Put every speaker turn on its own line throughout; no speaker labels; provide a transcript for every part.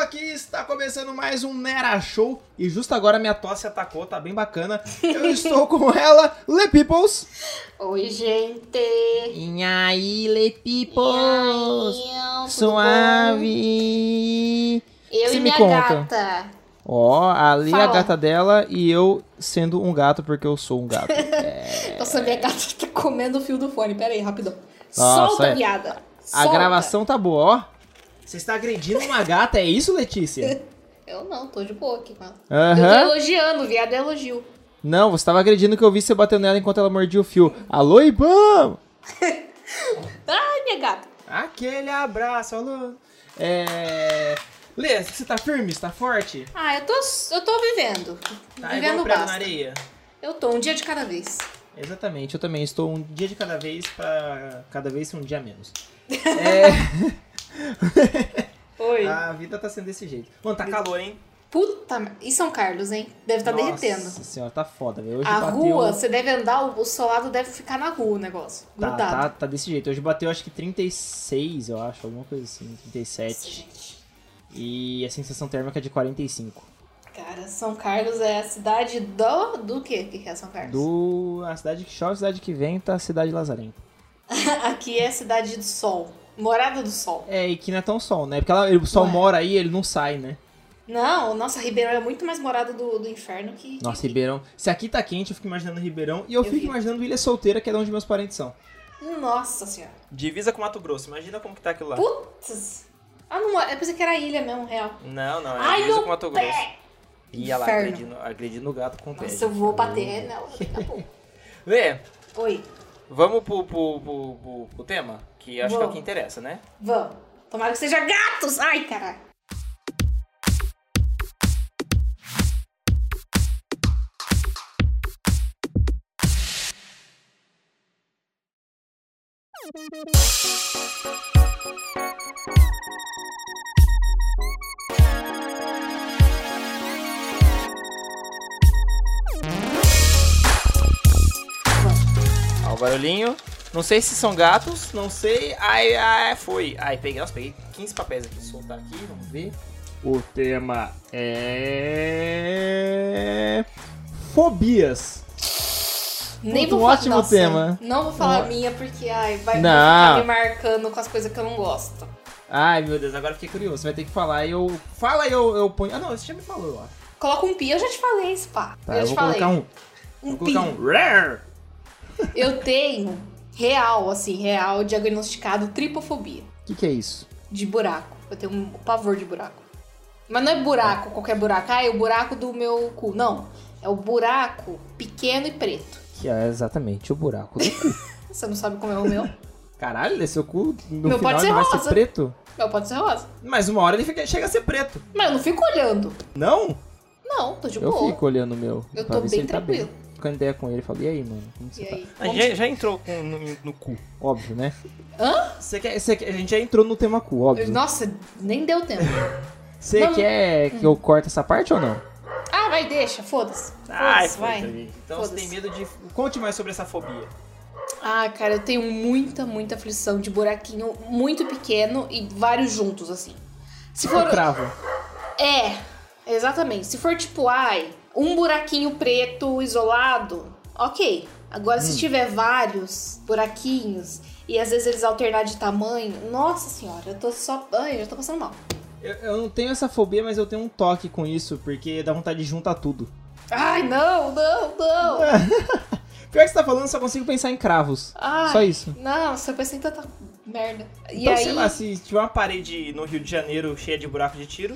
aqui, está começando mais um Nera Show e justo agora minha tosse atacou, tá bem bacana. Eu estou com ela, Le Peoples.
Oi, gente!
E aí, Le Peoples?
E aí, tudo
Suave.
bom? Eu
Você
e
me
minha
conta.
gata.
Ó, ali a
Fala.
gata dela e eu sendo um gato porque eu sou um gato.
Nossa, minha gata tá comendo o fio do fone. Pera aí, rapidão.
Nossa,
Solta,
é.
viada.
A
Solta.
gravação tá boa, ó. Você está agredindo uma gata, é isso, Letícia?
Eu não, tô de boa aqui, mano. Eu
Aham.
tô elogiando, viado é elogio.
Não, você tava agredindo que eu vi você batendo nela enquanto ela mordia o fio. Alô, Ibam!
Ai, minha gata.
Aquele abraço, alô. É. Lê, você tá firme? Você tá forte?
Ah, eu tô, eu tô vivendo.
Tá igual
vivendo
prego na
basta.
areia.
Eu tô um dia de cada vez.
Exatamente, eu também estou um dia de cada vez pra cada vez ser um dia menos. É,
Oi.
a vida tá sendo desse jeito. Mano, tá calor, hein?
Puta, mer- e São Carlos, hein? Deve tá derretendo.
Nossa senhora, tá foda, velho. Hoje
A
bateu...
rua, você deve andar, o o solado deve ficar na rua o negócio.
Tá,
Grudado.
tá, tá desse jeito. Hoje bateu acho que 36, eu acho, alguma coisa assim, 37.
Gente.
E a sensação térmica é de 45.
Cara, São Carlos é a cidade do. Do quê? O que que é São Carlos?
Do. A cidade que chove, a cidade que venta, a cidade lazarenta.
Aqui é a cidade do sol. Morada do sol.
É, e que não é tão sol, né? Porque ela, ele- o sol
Ué.
mora aí, ele não sai, né?
Não, nossa, Ribeirão é muito mais morada do, do inferno que.
Nossa, Ribeirão. Se aqui tá quente, eu fico imaginando Ribeirão. E eu,
Eu
fico
vi.
imaginando Ilha Solteira, que é de onde meus parentes são.
Nossa senhora.
Divisa com Mato Grosso, imagina como que tá aquilo lá.
Putz. Ah, não, eu pensei que era ilha mesmo, real.
Não, não, é
Ai, divisa meu com
Mato
Pé! Ia lá, Inferno. agredindo-
agredindo o gato com o
Nossa, eu vou bater nela daqui a pouco.
Lê,
Oi,
vamos pro, pro, pro, pro- pro tema, que acho que é o
Vamos.
que interessa, né?
vamos. Tomara que seja gatos! Ai, caralho.
Ó, o barulhinho. Não sei se são gatos, não sei. Ai, ai, foi. Ai, peguei, nossa, peguei 15 papéis aqui. Soltar aqui, vamos ver.
O tema é. Fobias.
Nem
Puta, um
vou falar.
ótimo
nossa,
tema.
Não vou falar
Um-
minha porque, ai, vai vai
Não.
ficar me marcando com as coisas que eu não gosto.
Ai meu Deus, agora eu fiquei curioso. Você vai ter que falar e eu. Fala e eu, eu ponho. Ah não, você já me falou, eu acho.
Coloca um pi, eu já te falei, Spa.
Tá,
eu,
eu,
já
vou
te falei.
colocar um.
Um
Vou
pi.
colocar um. Rare.
Eu tenho real, assim, real, diagnosticado tripofobia
O que, que é isso?
de buraco. Eu tenho um pavor de buraco. Mas não é buraco, qualquer buraco. Ah, é o buraco do meu cu. Não. É o buraco pequeno e preto.
Que é exatamente o buraco do cu.
Você não sabe como é o meu?
Caralho, Lê, seu cu no
Meu,
final
pode ser
ele vai ser
rosa.
preto?
meu pode ser rosa.
Mas uma hora ele fica- chega a ser preto.
Mas eu não fico olhando.
Não?
Não, tô de
Eu
boa.
fico olhando o meu.
Eu
pra
tô
ver se
bem
ele tá bem.
tranquilo.
Ficando ideia com ele, eu falo, e aí, mano? Como você
E
tá?
aí?
A gente já, já entrou com- no, no cu.
Óbvio, né?
Hã?
Você quer, você quer- a gente já entrou no tema cu, óbvio.
Nossa, nem deu tempo.
Você
Não.
quer que eu corte essa parte ou não?
Ah, vai, deixa, foda-se.
Ai,
Foda-se,
foi.
vai.
Davi. Então você
Foda-se.
tem medo de. Conte mais sobre essa fobia.
Ah, cara, eu tenho muita, muita aflição de buraquinho muito pequeno e vários juntos, assim. Se for.
Eu cravo.
É, exatamente. Se for tipo, ai, um buraquinho preto isolado, ok. Agora,
Hum.
se tiver vários buraquinhos e às vezes eles alternar de tamanho, nossa senhora, eu tô só. Ai, eu já tô passando mal.
Eu, eu não tenho essa fobia, mas eu tenho um toque com isso, porque dá vontade de juntar tudo.
Ai, não, não, não.
É, Pior que você tá falando, eu só consigo pensar em cravos.
Ai,
Só isso.
Não, só pensei em tanta tá merda. E
então,
aí.
sei lá, se
Se tiver uma parede no Rio de Janeiro cheia de buraco de tiro,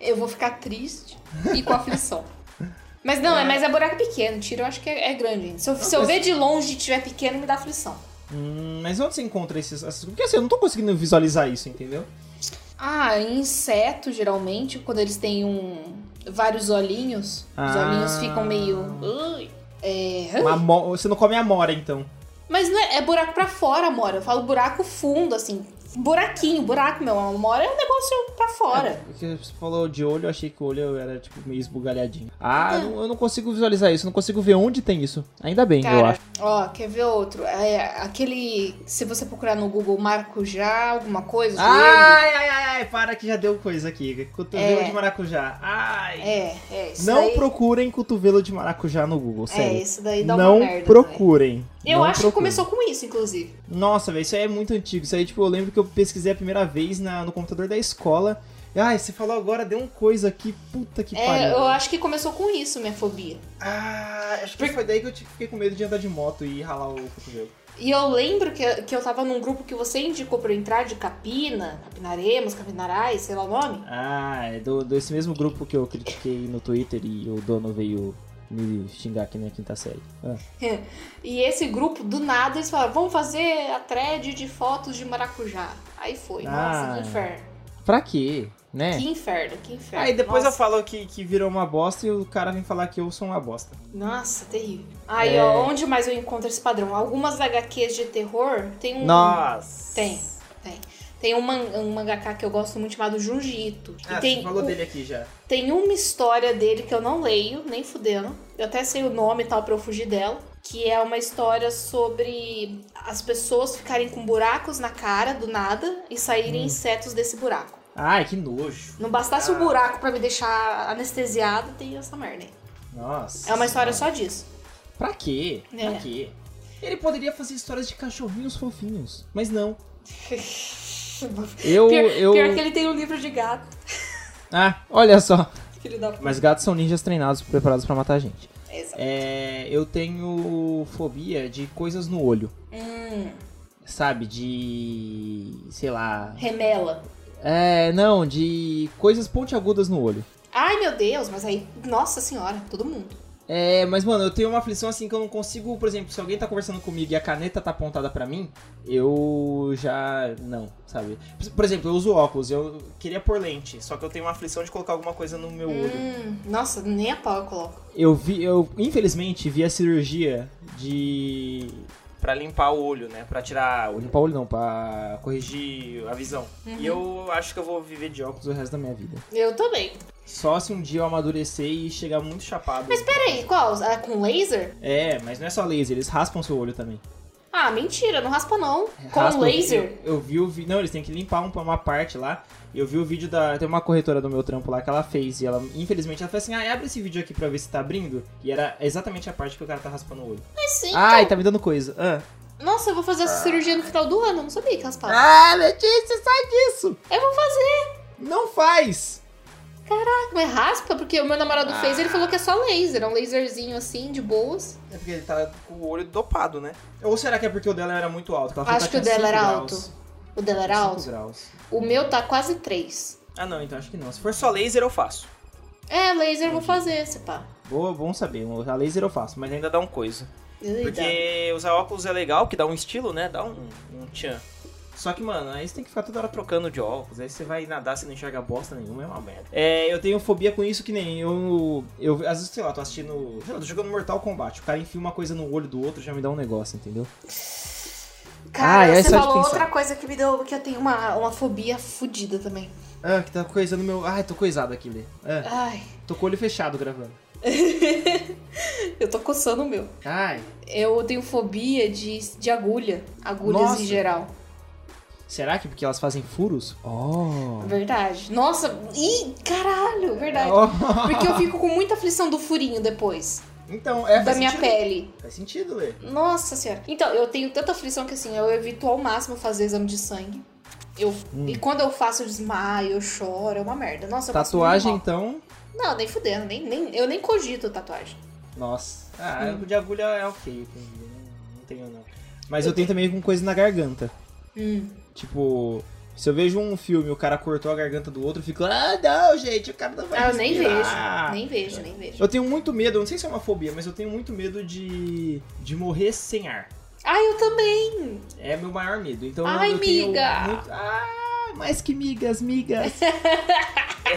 Eu vou ficar triste e com aflição. Mas não, é, mas é buraco pequeno. Tiro eu acho que é, é grande. ainda. Se eu, se eu ver de longe e tiver pequeno, me dá aflição.
Hum, mas onde você encontra esses, essas Porque assim, eu não tô conseguindo visualizar isso, entendeu?
Ah, inseto, geralmente, quando eles têm um, vários olhinhos, os
Ah.
olhinhos ficam meio... Ui. É,
Uma amo- Você não come amora, então.
mas não é, é buraco pra fora, amor. Eu falo buraco fundo, assim, Buraquinho, buraco, meu amor. Uma hora é um negócio pra fora.
Porque você falou de olho, eu achei que o olho era tipo meio esbugalhadinho. Ah,
Então.
eu não- eu não consigo visualizar isso, não consigo ver onde tem isso. Ainda bem, eu
Cara,
acho.
ó, quer ver outro? É, aquele. Se você procurar no Google maracujá, alguma coisa, joelho.
Ai, ai, ai, ai, para que já deu coisa aqui. Cotovelo
É.
de maracujá. Ai.
É, é. Isso
não
daí,
procurem cotovelo de maracujá no Google,
É,
sério.
isso daí dá
não
uma merda. também.
procurem.
Eu
não
acho que
procurem.
começou com isso, inclusive.
Nossa, velho, isso aí é muito antigo. Isso aí, tipo, eu lembro que eu pesquisei a primeira vez na- no computador da escola. Ai, você falou agora, deu uma coisa aqui. Puta que
É,
pariu.
eu acho que começou com isso, minha fobia.
Ah, acho que foi daí que eu fiquei com medo de andar de moto e ralar o cotovelo.
E eu lembro que, que eu tava num grupo que você indicou pra eu entrar de Capina, Capinaremos, Capinarais, sei lá o nome.
Ah, é do, desse mesmo grupo que eu critiquei no Twitter e o dono veio me xingar aqui na quinta série. Ah.
E esse grupo, do nada, eles falaram, vamos fazer a thread de fotos de maracujá. Aí foi,
Ah.
nossa, que inferno.
Pra quê? Né?
Que inferno, que inferno.
É, Aí depois eu
nossa,
falo que, que virou uma bosta e o cara vem falar que eu sou uma bosta.
Nossa, terrível. Aí,
É.
ó, onde mais eu encontro esse padrão? Algumas HQs de terror tem um...
Nossa!
Tem, tem. Tem um, man um mangaká que eu gosto muito chamado Jujito.
Ah,
e tem
você falou
o-
dele aqui já.
Tem uma história dele que eu não leio, nem fudendo. Eu até sei o nome e tal pra eu fugir dela. Que é uma história sobre as pessoas ficarem com buracos na cara do nada e saírem insetos desse buraco.
Ai, que nojo.
Não bastasse
Hum. Ah.
o buraco pra me deixar anestesiado, tem essa merda. aí.
Nossa.
É uma história só disso.
Pra quê?
É.
Pra quê? Ele poderia fazer histórias de cachorrinhos fofinhos, mas não. Eu,
Pior,
eu...
pior que ele tem um livro de gato
Ah, olha só.
que ele dá pra.
Mas gatos são ninjas treinados, preparados pra matar gente.
É, exato.
É, eu tenho fobia de coisas no olho,
Hum,
sabe? De... sei lá...
remela.
É, não, de coisas pontiagudas no olho.
Ai meu Deus, mas aí, nossa senhora, todo mundo.
É, mas mano, eu tenho uma aflição assim que eu não consigo, por exemplo, se alguém tá conversando comigo e a caneta tá apontada pra mim, eu já não, sabe? Por exemplo, eu uso óculos, eu queria pôr lente, só que eu tenho uma aflição de colocar alguma coisa no meu olho.
Hum, nossa, nem a pau eu coloco.
Eu vi, eu infelizmente vi a cirurgia de
Pra limpar o olho, né? Pra tirar o
olho pra olho não, pra corrigir
corrigir a visão. E eu acho que eu vou viver de óculos.
óculos o resto da minha vida.
Eu também.
Só se um dia eu amadurecer e chegar muito chapado.
Mas peraí, qual? Ah, com laser?
É, mas não é só laser, eles raspam seu olho também.
Ah, mentira, não raspa não. Com
É, Raspa,
laser?
Eu, eu vi o vídeo. Não, eles têm que limpar um- uma parte lá. E Eu vi o vídeo da. Tem uma corretora do meu trampo lá que ela fez. E ela, infelizmente, ela fez assim: ah, abre esse vídeo aqui pra ver se tá abrindo. E era exatamente a parte que o cara tá raspando o olho.
Mas sim.
Ai, tá me dando coisa. Ah,
Nossa, eu vou fazer essa cirurgia no final do ano, eu não sabia que raspava.
ah Letícia, sai disso!
Eu vou fazer.
Não faz!
Ah, Mas raspa, porque o meu namorado
Ah.
fez, ele falou que é só laser, é um laserzinho assim, de boas.
É porque ele tá com o olho dopado, né?
Ou será que é porque o dela era muito alto? Ela falou
Acho que
ela
o
tinha
dela era
cinco
alto.
graus.
O dela era
Cinco
alto.
graus.
O meu tá quase 3.
Ah, não, então acho que não. Se for
For só laser eu faço.
É, laser eu vou fazer, se pá.
boa, bom saber. A laser eu faço, mas ainda.
Ainda dá um coisa.
Eita.
Porque usar óculos é legal, que dá um estilo, né? Dá um, um tchan.
Só que, mano, aí você tem que ficar toda hora
Tá trocando de óculos.
Mas Aí você vai nadar, você não enxerga bosta nenhuma, é uma merda. É, eu tenho fobia com isso que nem eu. Eu, às vezes, sei lá, tô assistindo. Sei lá, tô jogando Mortal Kombat. O cara enfia uma coisa no olho do outro já me dá um negócio, entendeu?
Cara,
Ah, e aí
você
só de
falou
pensar.
outra coisa que me deu, que eu tenho uma, uma fobia fodida também.
Ah, que tá coisando meu. Ai, tô coisado aqui, Lê. Ah,
Ai,
tô com o olho fechado gravando.
eu tô coçando o meu.
Ai.
Eu tenho fobia de, de agulha. Agulhas
Nossa.
em geral.
Será que porque elas fazem furos? Oh.
Verdade. Nossa, ih, caralho, verdade.
Oh.
Porque eu fico com muita aflição do furinho depois.
Então, é.
da
faz
minha
sentido.
pele.
Faz sentido, Lê.
Nossa senhora. Então, eu tenho tanta aflição que assim, eu evito ao máximo fazer exame de sangue. Eu,
Hum.
E quando eu faço, eu desmaio, eu choro, é uma merda. Nossa, eu passo muito
Tatuagem,
mal.
então.
Não, nem fudendo, nem, nem, eu nem cogito tatuagem.
Nossa. Ah, o de agulha é ok. entendi. Não- Não tenho, não. Mas eu tenho também com coisa na garganta.
Hum.
Tipo, se eu vejo um filme e o cara cortou a garganta do outro, eu fico, ah, não, gente, o cara não vai
Ah, eu nem vejo.
respirar."
Nem vejo, nem vejo.
Eu tenho muito medo, eu não sei se é uma fobia, mas eu tenho muito medo de, de morrer sem ar.
Ah, eu também.
É meu maior medo. Então eu-
Ai,
eu tenho
miga.
muito- Ah, mais que migas, migas.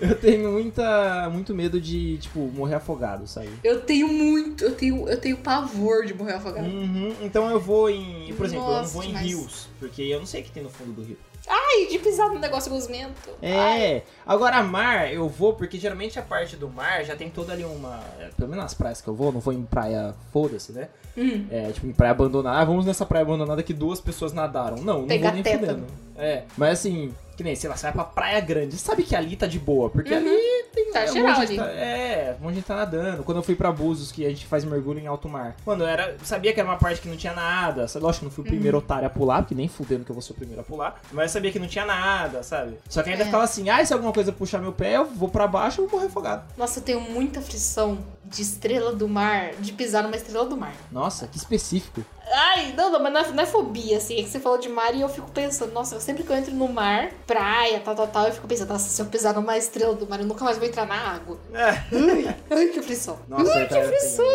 Eu tenho muita, muito medo de, tipo, morrer afogado, sabe?
Eu tenho muito, eu tenho, eu tenho pavor de morrer afogado.
Uhum, então eu vou em. Por exemplo, eu não
Tá. Nossa,
vou em
demais.
rios, porque eu não sei o que tem no fundo do rio.
Ai, de pisar no negócio gosmento. Ai,
É, agora mar eu vou porque geralmente a parte do mar já tem toda ali uma. é, Pelo menos nas praias que eu vou, não vou em praia foda-se, né?
Hum.
É, tipo, em praia abandonada. Ah, vamos nessa praia abandonada que duas pessoas nadaram. Não, não
Pegar
vou nem
tétano.
fudendo. É, mas assim, que nem, sei lá, você vai pra praia grande, sabe que ali tá de boa, porque ali tem.
Tá
é, um
geral
monte de
ali.
Tá, é, um monte de gente tá nadando. Quando eu fui pra Búzios, que a gente faz mergulho em alto mar. Mano, eu era, sabia que era uma parte que não tinha nada. sabe? Lógico que eu não fui o
Uhum.
primeiro otário a pular, porque nem fudendo que eu vou ser o primeiro a pular. Mas eu sabia que não tinha nada, sabe? Só que ainda
É.
ficava assim, ah, e se alguma coisa puxar meu pé, eu vou pra baixo eu vou morrer afogado.
Nossa, eu tenho muita aflição de estrela do mar, de pisar numa estrela do mar.
Nossa, que específico.
Ai, não, não, mas não é, não é fobia, assim. É que você falou de mar e eu fico pensando, nossa, sempre que eu entro no mar, praia, tal, tal, tal, eu fico pensando, nossa, se eu pisar numa estrela do mar, eu nunca mais vou entrar na água.
É.
Ai, que aflição.
Nossa,
Ai, que
tá- eu tenho-
aflição.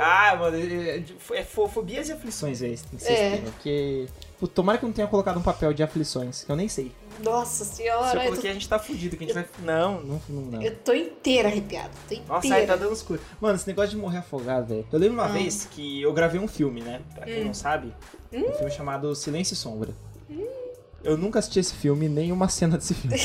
Ah, mano, é, é, é fo- fobias e aflições, velho. Tem que ser
É.
escrito, Porque. Puta, tomara que eu não tenha colocado um papel de aflições, que eu nem sei.
Nossa
Se eu
senhora, eu tô,
coloquei, a gente tá fudido, que a gente vai. Não, não, não. não.
eu tô inteira arrepiada. Tô inteira.
Nossa, aí tá dando os cu. Mano, esse negócio de morrer afogado, velho. Eu lembro uma
Ah.
vez que eu gravei um filme, né? Pra quem
Hum.
não sabe, um filme chamado Silêncio e Sombra. Eu nunca assisti esse filme, nem uma cena desse filme.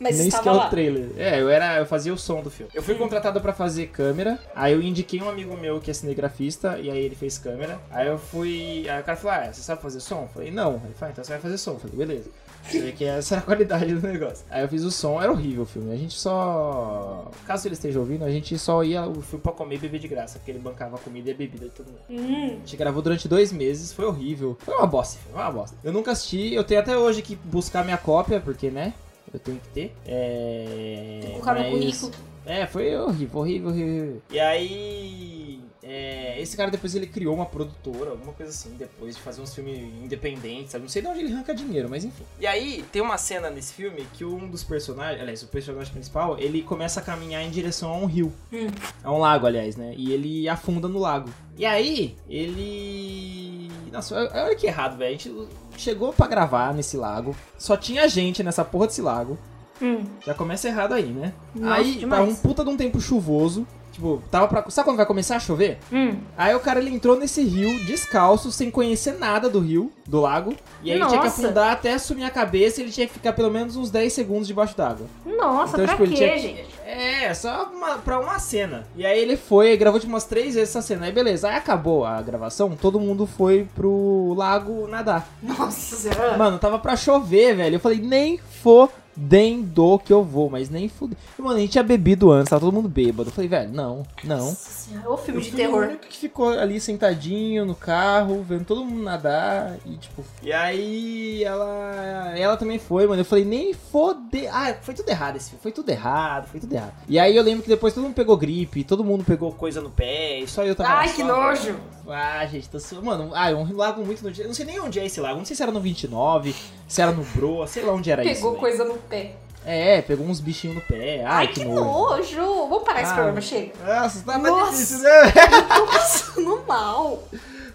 Mas
Nem
estava
sequer o
lá. Uhum.
trailer. É, eu era, eu fazia o som do filme. Eu fui contratado pra fazer câmera, aí eu indiquei um amigo meu que é cinegrafista, e aí ele fez câmera. Aí eu fui. Aí o cara falou: Ah, você sabe fazer som? Eu falei, não. Ele falou, então você vai fazer som. Eu falei, beleza. Você vê que essa era a qualidade do negócio. Aí eu fiz o som, era horrível o filme. A gente só. Caso ele esteja ouvindo, a gente só ia o filme pra comer e beber de graça, porque ele bancava a comida e a bebida e tudo mais.
Hum,
A gente gravou durante dois meses, foi horrível. Foi uma bosta, esse filme, foi uma bosta. Eu nunca assisti, eu tenho até hoje que buscar minha cópia, porque, né? Eu tenho que ter. É.
colocar no
mas-
currículo.
É, foi horrível, horrível, horrível. E aí. é, esse cara depois ele criou uma produtora, alguma coisa assim, depois de fazer uns filmes independentes, sabe? Não sei de onde ele arranca dinheiro, mas enfim. E aí, tem uma cena nesse filme que um dos personagens, aliás, o personagem principal, ele começa a caminhar em direção a um rio.
Hum.
É um lago, aliás, né? E ele afunda no lago. E aí, ele. Nossa, olha olha que errado, velho. A gente chegou pra gravar nesse lago, só tinha gente nessa porra desse lago.
Hum.
Já começa errado aí, né?
Nossa,
aí,
demais.
tá um puta de um tempo chuvoso. Tipo, tava pra. Sabe quando vai começar a chover?
Hum.
Aí o cara ele entrou nesse rio descalço, sem conhecer nada do rio, do lago. E aí ele tinha que
Nossa.
afundar até sumir a cabeça e ele tinha que ficar pelo menos uns 10 segundos debaixo d'água.
Nossa,
Então,
pra
tipo, ele
quê,
tinha-
gente?
É, só uma, pra uma cena. E aí ele foi, gravou tipo umas três vezes essa cena. Aí beleza, aí acabou a gravação, todo mundo foi pro lago nadar.
Nossa senhora.
Mano, tava pra chover, velho. Eu falei, nem fodendo que eu vou, mas nem fudendo. E, Mano, a gente tinha bebido antes, tava todo mundo bêbado. Eu falei, velho, não, não.
Nossa senhora, ô filme
Eu
de
fui O
terror.
único que ficou ali sentadinho no carro, vendo todo mundo nadar e tipo. E aí ela. Ela também foi, mano. Eu falei, nem fode. Ah, foi tudo errado esse filme. Foi tudo errado, foi tudo errado. E aí eu lembro que depois todo mundo pegou gripe, todo mundo pegou coisa no pé, e só eu tava. lá
Ai, que
só.
nojo.
Ah, gente, tá su... Mano, ah, é um lago muito nojento. Eu não sei nem onde é esse lago. Não sei se era no 29, se era no Broa, sei lá onde era É isso.
Pegou
velho.
coisa no pé.
É, pegou uns bichinhos no pé. Ai, que, nojo.
nojo. Vamos parar esse
Ah.
programa, chega.
Nossa, tá
Nossa.
mais difícil, né?
Tô passando mal.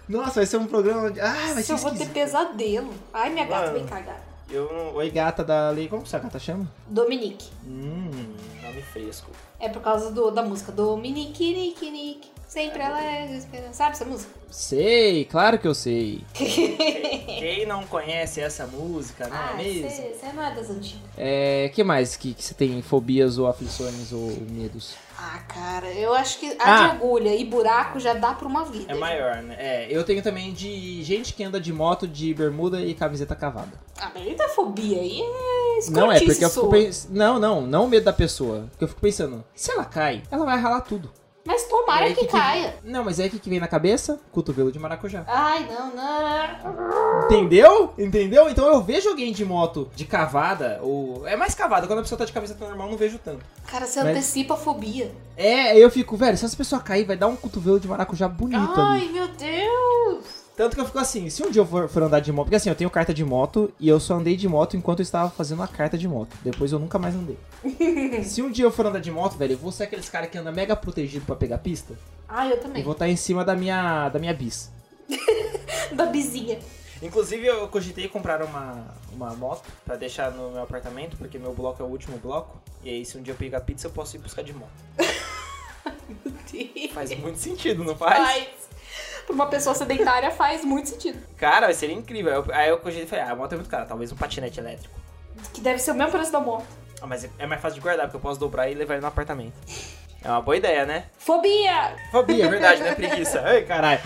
Nossa, vai ser um programa. de- Ah, vai
Se
ser
eu vou
esquisito.
ter pesadelo. Ai, minha gata vem cagar.
Eu não.
Oi, gata da lei. Como que sua gata chama?
Dominique.
Hum.
Nome fresco.
É por causa do, da música Dominique, Nick, Nick. Sempre ela é desesperada. Sabe essa música?
Sei, claro que eu sei.
Quem não conhece essa música,
Ah,
Ah,
não é mesmo?
você não é das antigas.
É, que mais que, que você tem fobias ou aflições ou medos?
Ah, cara, eu acho que a
Ah.
de agulha e buraco já dá pra uma vida.
É maior, né?
É, eu tenho também de gente que anda de moto, de bermuda e camiseta cavada.
Ah, mas aí dá fobia aí. É escrotice
Não é, porque eu fico
sua.
pensando. Não, não, não o medo da pessoa. Porque eu fico pensando, se ela cai, ela vai ralar tudo.
Mas tomara
É
que,
que-
caia.
Não, mas aí o que que vem na cabeça? Cotovelo de maracujá.
Ai, não, não.
Entendeu? Entendeu? Então eu vejo alguém de moto de cavada, ou. É mais cavada, quando a pessoa tá de camiseta normal, eu não vejo tanto.
Cara, você
Mas-
antecipa a fobia.
É, aí eu fico, velho, se essa pessoa cair, vai dar um cotovelo de maracujá bonito ali.
Ai, meu Deus.
Tanto que eu fico assim, se um dia eu for, for andar de moto, porque assim, eu tenho carta de moto e eu só andei de moto enquanto eu estava fazendo a carta de moto. Depois eu nunca mais andei. se um dia eu for andar de moto, velho, eu vou ser aqueles cara que anda mega protegido pra pegar pista
Ai, eu
e tá
também.
vou estar em cima da minha da minha bis.
Da vizinha.
Inclusive, eu cogitei comprar uma, uma moto pra deixar no meu apartamento, porque meu bloco é o último bloco. E aí, se um dia eu pegar pizza, eu posso ir buscar de moto. Faz muito sentido, não faz?
Faz. Pra uma pessoa sedentária faz muito sentido.
Cara, seria incrível. Eu- Aí eu cogitei e falei, ah, a moto é muito cara, talvez um patinete elétrico.
Que deve ser o mesmo preço da moto.
Ah, mas é- é mais fácil de guardar, porque eu posso dobrar e levar ele no apartamento. É uma boa ideia, né?
Fobia!
Fobia, é verdade, né? Preguiça. Ai, caralho.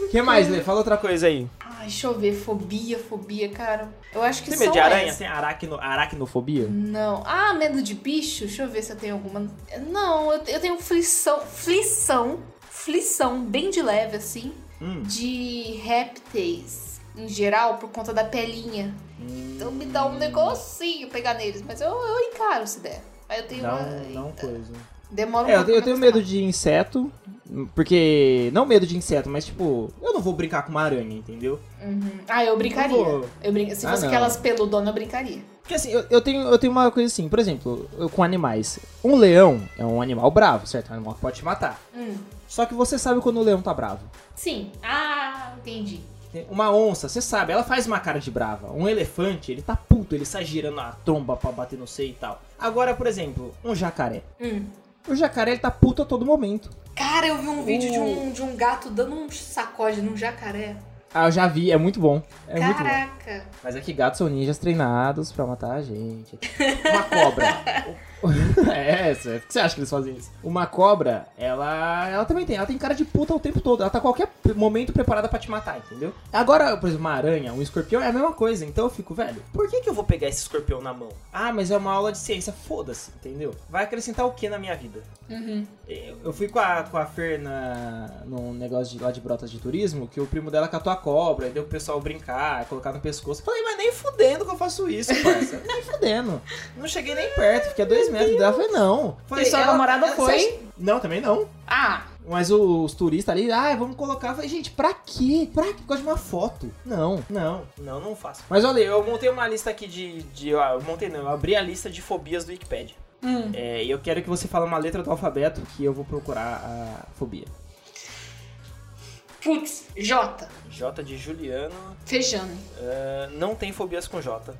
O que mais, Lê? Fala outra coisa.
Coisa aí.
Ai, deixa eu ver. Fobia, fobia, cara. Eu acho que
Tem
são
medo de aranha?
essas.
Tem aracno, aracnofobia?
Não. Ah, medo de bicho? Deixa eu ver se eu tenho alguma. Não, eu, eu tenho frição. Flição. Flição, bem de leve, assim.
Hum.
De répteis. Em geral, por conta da pelinha.
Hum,
Então me dá um negocinho pegar neles. Mas eu, eu encaro se der. Aí Então, eu tenho uma.
Não, não coisa.
Demora um
É, eu
pouco
tenho, eu
pra
tenho
me
medo de inseto, porque. Não medo de inseto, mas tipo, eu não vou brincar com uma aranha, entendeu?
Uhum. Ah, eu brincaria.
Eu vou.
Eu brin- Se
Ah,
fosse
não.
aquelas peludonas, eu brincaria.
Porque assim, eu, eu tenho, eu tenho uma coisa assim, por exemplo, eu com animais. Um leão é um animal bravo, certo? É Um animal que pode te matar.
Hum.
Só que você sabe quando o leão tá bravo.
Sim. Ah, entendi.
Tem Uma onça, você sabe, ela faz uma cara de brava. Um elefante, ele tá puto, ele sai girando a tromba pra bater no seio e tal. Agora, por exemplo, um jacaré.
Hum.
O jacaré, ele tá puto a todo momento.
Cara, eu vi um vídeo de,
O-
um, de um gato dando um sacode num jacaré.
Ah, eu já vi, é muito bom. É muito bom.
Caraca.
Mas é que gatos são ninjas treinados pra matar a gente. Uma cobra. é, essa. Por que você acha que eles fazem isso? Uma cobra, ela, ela também tem. Ela tem cara de puta o tempo todo. Ela tá a qualquer momento preparada pra te matar, entendeu? Agora, por exemplo, uma aranha, um escorpião é a mesma coisa. Então eu fico, velho,
Por que, que eu vou pegar esse escorpião na mão?
ah, mas é uma aula de ciência. Foda-se, entendeu? Vai acrescentar o que na minha vida?
Uhum.
Eu eu fui com a, com a Fer na, num negócio de, lá de brotas de turismo, que o primo dela catou a cobra, e deu pro pessoal brincar, colocar no pescoço. Falei, mas nem fudendo que eu faço isso, parça. nem fudendo. Não cheguei nem perto, fiquei a dois metros dela. Falei, não. Falei,
E sua
ela-
namorada
ela-
foi?
você acha- Não, também não.
Ah,
Mas o- os turistas ali, ah, vamos colocar. Eu Falei, gente, pra quê? Pra quê? Por causa de uma foto. Não, não.
Não, não faço.
Mas olha, eu
Eu montei uma lista aqui de. de ah, eu montei, não. Eu abri a lista de fobias do Wikipedia.
hum.
É, e eu quero que você fale uma letra do alfabeto que eu vou procurar a fobia.
putz, Jota,
J de Juliano.
feijão.
ah, não tem fobias com J.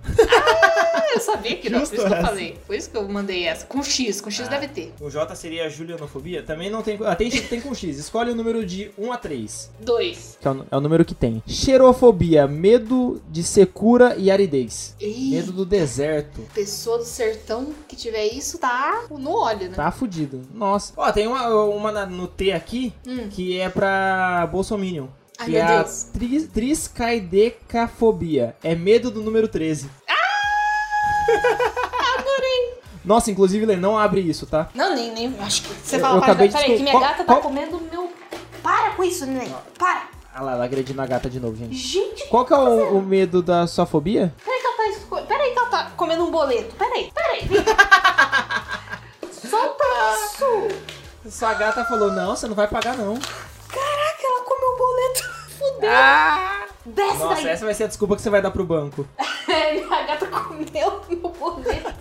Ah, eu sabia que não, por
Justo
isso que eu
essa.
falei. Por isso que eu mandei essa. Com X, com X
Ah.
deve ter.
O J seria julianofobia? Também não tem. Ah, tem, tem com X. Escolhe o número de 1 a 3.
Dois.
Que é o, é o número que tem. Xerofobia, medo de secura e aridez.
Ih,
Medo do deserto.
pessoa do sertão que tiver isso tá no óleo, né?
Tá fudido. Nossa. Ó, tem uma, uma na- no T aqui
Hum.
que é pra Bolsominion.
Ai,
que
meu
é a
Deus.
tri, triscaidecafobia. É medo do número 13. Ah! Adorei! Nossa, inclusive, Lê, não abre isso, tá?
Não, nem, nem. Acho que. Você
Eu-
fala,
eu
para,
acabei de
peraí, que minha
descobrir-
gata tá
qual-
comendo meu. Para com isso, neném. Para.
Ah lá, ela agredindo a gata de novo, gente.
Gente,
Qual que é o, o medo da sua fobia?
peraí que ela tá. esco- Peraí que ela tá comendo um boleto. Peraí, peraí. vem. Solta isso.
Sua gata falou, não, você não vai pagar não.
Caraca, ela comeu o boleto. Fudeu. Desce
Ah, Nossa,
Ah, daí.
essa vai ser a desculpa que você vai dar pro banco.
minha gata comeu meu boleto.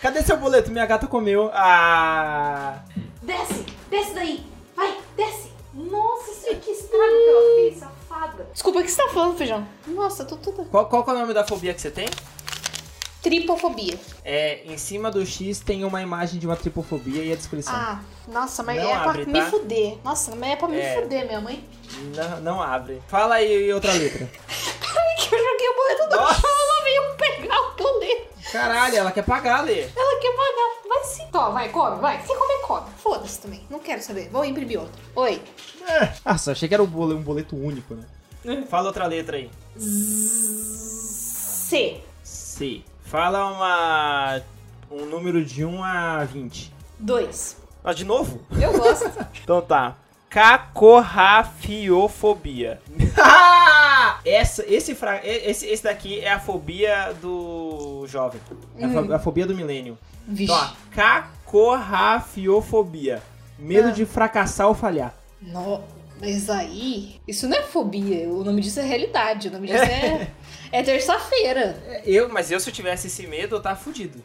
Cadê seu boleto? Minha gata comeu.
Ah!
Desce, desce daí. Vai, desce. Nossa, isso que estrago que ela fez, safada. Desculpa, o que você tá falando, feijão? Nossa, eu tô toda.
Qual, qual que é o nome da fobia que você tem?
Tripofobia.
É, em cima do X tem uma imagem de uma tripofobia e a descrição.
Ah, nossa, mas
Não
é
abre, tá?
pra me fuder. Nossa, mas é pra me
É.
fuder, minha mãe.
Não, não abre.
Fala aí outra letra.
Que eu joguei o boleto do
Nossa.
chão, ela veio pegar o boleto.
Caralho, ela quer pagar, Lê.
Ela quer pagar. Vai sim. Toma, Tá, vai, come, vai. Se comer, come. Foda-se também. Não quero saber. Vou imprimir outro. Oi.
Ah, só achei que era um boleto, um boleto único, né?
Fala outra letra aí.
C.
C.
Fala uma.
Um número de 1 a 20.
2.
Ah, de novo?
Eu gosto.
Então tá. Cacorrafiofobia.
Ah!
Essa, esse, fra- e- esse, esse daqui é a fobia do jovem.
É a fo- a fobia do milênio.
Vixe.
Então, ó, cacorrafiofobia. Medo
Ah.
de fracassar ou falhar.
No- Mas aí, isso não é fobia. O nome disso é realidade. O nome disso é, é terça-feira.
Eu, mas eu se eu tivesse esse medo, eu tava fudido.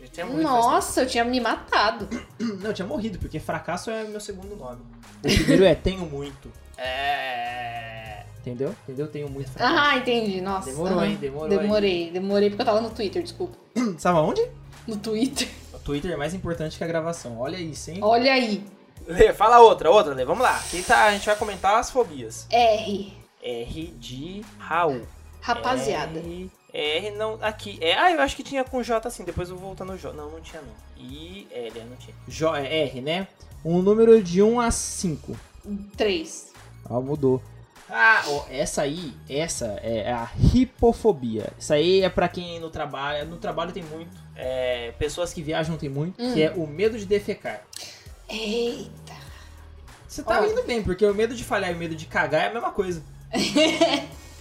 Eu
É
tinha muito
Nossa, eu tinha me matado.
Não, eu tinha morrido, porque fracasso é meu segundo nome. O primeiro é tenho muito.
É.
Entendeu? Entendeu? Tenho muito fracasso.
Ah, entendi. Nossa.
Demorou,
Aham.
hein? Demorou, hein?
Demorei, demorei porque eu tava no Twitter, desculpa.
Sabe aonde?
No Twitter.
O Twitter é mais importante que a gravação. Olha isso, hein?
Olha aí.
Lê, fala outra, outra, Lê. Vamos lá. Aqui tá, a gente vai comentar as fobias.
R.
R de Raul.
Rapaziada.
R, R não. Aqui. É, ah, eu acho que tinha com J assim. Depois eu vou voltar no J. Não, não tinha não. I, L, não tinha.
Jó é R, né? Um número de 1 a 5.
Três.
Ah, mudou. Ah, ó, essa aí, essa é a hipofobia. Isso aí é pra quem no trabalho, no trabalho tem muito, é, pessoas que viajam tem muito,
Hum.
que é o medo de defecar.
Eita.
Você tá
Ó.
indo bem, porque o medo de falhar e o medo de cagar é a mesma coisa.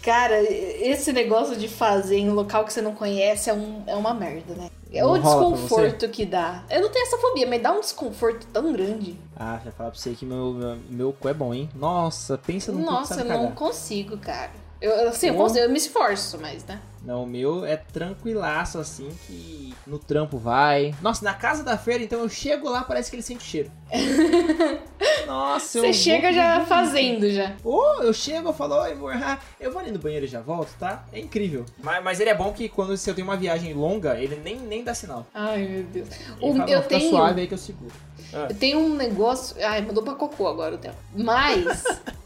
Cara, esse negócio de fazer em um local que você não conhece é, um, é uma merda, né? É
Não
o
rola pra
desconforto que dá. Eu não tenho essa fobia, mas dá um desconforto tão grande.
Ah, já falar pra você que meu, meu, meu cu é bom, hein? Nossa, pensa no cu que
Nossa,
sabe
eu não
cagar.
consigo, cara. Eu, eu- assim, eu,
Ou-
consigo, eu me esforço, mas, né?
Não, o meu é tranquilaço, assim, que no trampo vai. Nossa, na casa da feira, então eu chego lá, parece que ele sente o cheiro. Nossa, eu
Você
vou-
chega já fazendo já.
Ô, eu chego, eu falo, oi, amor, ah, eu vou ali no banheiro e já volto, tá? É incrível. Mas, mas ele é bom que quando se eu tenho uma viagem longa, ele nem, nem dá sinal.
Ai, meu Deus.
Ele
O-
fala,
eu
"Não, fica
tenho.
suave aí que eu seguro.
Eu tenho um negócio. Ai, mudou pra cocô agora o tempo. Mas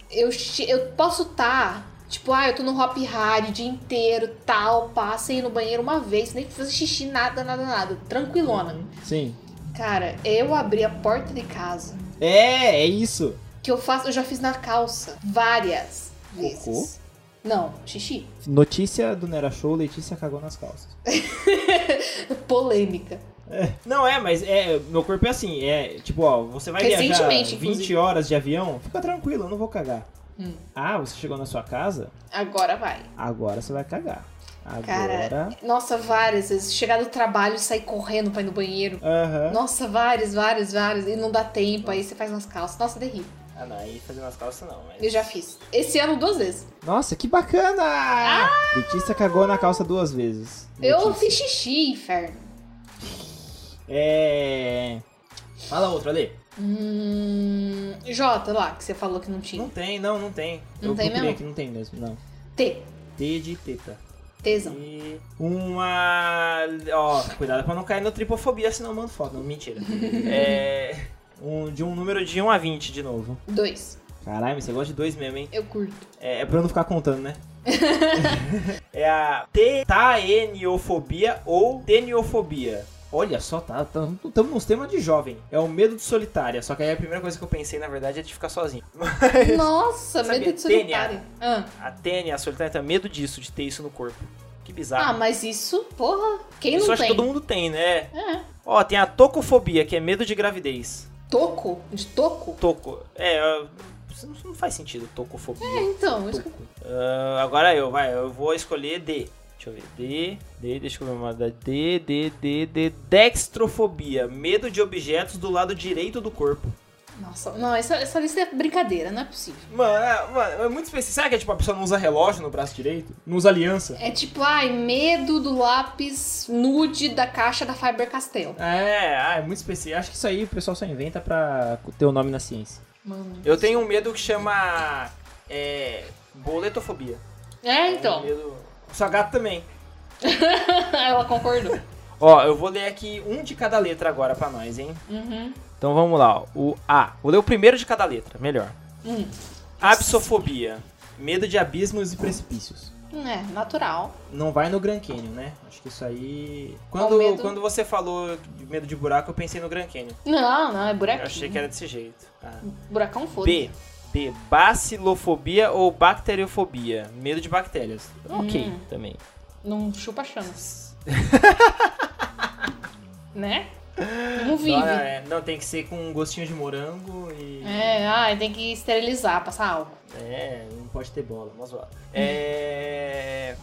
eu, che- eu posso estar. tipo, ah, eu tô no Hop Hard o dia inteiro, tal, passa ir no banheiro uma vez, nem fazer xixi, nada, nada, nada. Tranquilona.
Sim.
Cara, eu abri a porta de casa.
É, é isso.
Que eu faço, eu já fiz na calça várias vezes.
Cocô?
Não, xixi.
Notícia do Nera Show, Letícia cagou nas calças.
Polêmica.
Não, é, mas é, meu corpo é assim, é, tipo, ó, você vai viajar
Recentemente,
20
inclusive.
horas de avião, fica tranquilo, eu não vou cagar.
Hum.
Ah, você chegou na sua casa,
Agora vai.
agora você vai cagar. Agora...
Cara, nossa, várias vezes. Chegar do trabalho e sair correndo pra ir no banheiro.
Aham.
Nossa, vários, vários, vários. E não dá tempo, aí você faz nas calças. Nossa, terrível.
Ah, não, aí fazendo as calças não. Mas...
Eu já fiz. Esse ano duas vezes.
Nossa, que bacana! Letícia cagou na calça duas vezes.
Ah! Eu
Letícia.
fiz xixi, inferno.
É. Fala outra, Lê.
Hum. Jota lá, que você falou que não tinha.
Não tem, não, não tem.
Não
eu
tem
procurei
mesmo?
aqui, não tem mesmo, não.
T.
T de teta.
Tesão.
E
Uma. Ó, cuidado pra não cair no tripofobia, senão eu mando foto. Não, mentira. é. Um, de um número de 1 a 20 de novo.
Dois.
Caralho, mas você gosta de dois mesmo, hein?
Eu curto.
É, é pra eu não ficar contando, né? é a tetaeniofobia ou teniofobia. Olha só, tá, estamos nos temas de jovem. É o medo de solitária. Só que aí a primeira coisa que eu pensei, na verdade, é de ficar sozinho.
Nossa,
Sabia,
medo de
tênia.
solitário. Ah.
a tênia, a solitária
tá
tem medo disso, de ter isso no corpo. Que
ah,
bizarro.
mas isso, porra, quem
Tá. isso
não
acho
tem?
que todo mundo tem, né?
É.
Ó, tem a tocofobia, que é medo de gravidez.
Toco? De toco?
Toco. É, eu- isso não- não faz sentido, tocofobia.
É, então. isso-
Ah, agora eu, vai, eu vou escolher D. Deixa eu ver. D, D, deixa eu ver uma da D, D, D, D. Dextrofobia, medo de objetos do lado direito do corpo.
Nossa, não, essa, essa lista é brincadeira, não é possível.
Mano, é, mano, é muito específico. Será que é tipo a pessoa não usa relógio no braço direito? Não usa aliança?
É tipo, ai, medo do lápis nude da caixa da Faber Castell.
É, ah, é muito específico. Acho que isso aí o pessoal só inventa pra ter o nome na ciência.
Mano.
Eu tenho um medo que chama. É. Boletofobia.
É,
Um
então.
medo... Sua gata também.
Ela concordou.
Ó, eu vou ler aqui um de cada letra agora pra nós, hein?
Uhum.
Então vamos lá, ó. O A. Vou ler o primeiro de cada letra, melhor.
Hum.
Absofobia.
Medo de abismos e precipícios.
É, natural.
Não vai no Grand Canyon, né? Acho que isso aí.
Quando,
medo-
quando você falou de medo de buraco, eu pensei no Grand Canyon.
Não, não, é Um
Eu
buraquinho.
achei que era desse jeito. Ah.
Buracão foda.
B. B. Bacilofobia ou bacteriofobia. Medo de bactérias. Ok,
Hum.
também.
Não chupa chamas. né? Não
Não,
vive.
é, não, tem que ser com um gostinho de morango e.
É, ai, tem que esterilizar, passar álcool.
É, não pode ter bola, uma zoada.
É.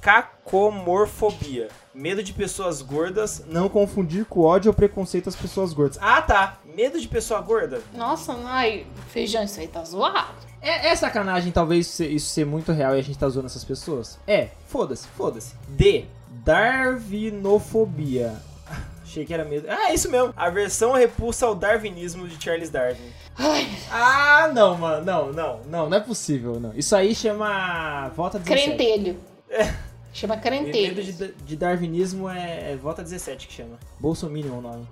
Cacomorfobia. Medo de pessoas gordas.
Não confundir com ódio ou preconceito às pessoas gordas.
Ah, tá. Medo de pessoa gorda.
Nossa, ai, feijão, isso aí tá zoado.
É, é sacanagem, talvez, se- isso ser muito real e a gente tá zoando essas pessoas? É, foda-se, foda-se.
D.
Darwinofobia. Achei que era medo. Ah, é isso mesmo. A versão repulsa ao darwinismo de Charles Darwin.
Ai,
Ah, não, mano. Não, não, não. Não é possível, não. Isso aí chama Volta 17.
crentelho.
É.
Chama
Medo
crentelho.
de, de darwinismo é, é Volta 17 que chama. Bolsominion é o nome.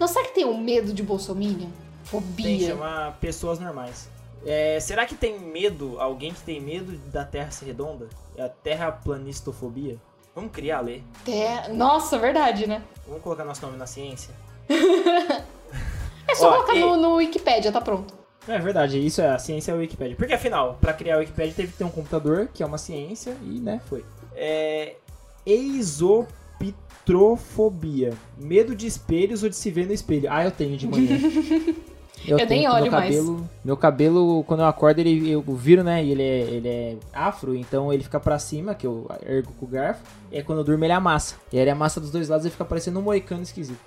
Não será que tem um medo de Bolsonaro?
Tem que
Fobia.
chamar pessoas normais. É, será que tem medo, alguém que tem medo da Terra ser redonda? É a terraplanistofobia? Vamos criar a lei.
Até... Nossa, verdade, né?
Vamos colocar nosso nome na ciência.
É só
Ó,
colocar
e-
no, no Wikipedia, tá pronto.
É verdade, isso é a ciência é a Wikipedia. Porque afinal, pra criar a Wikipedia teve que ter um computador, que é uma ciência, e né, foi. É. Eisopitrofobia. Medo de espelhos ou de se ver no espelho. Ah, eu tenho de manhã.
Eu nem
tenho, porque
olho
meu
mais.
cabelo, Meu cabelo, quando eu acordo, ele, eu viro, né? Ele é, ele é afro, então ele fica pra cima, que eu ergo com o garfo. E aí quando eu durmo, ele amassa. E aí ele amassa dos dois lados e fica parecendo um moicano esquisito.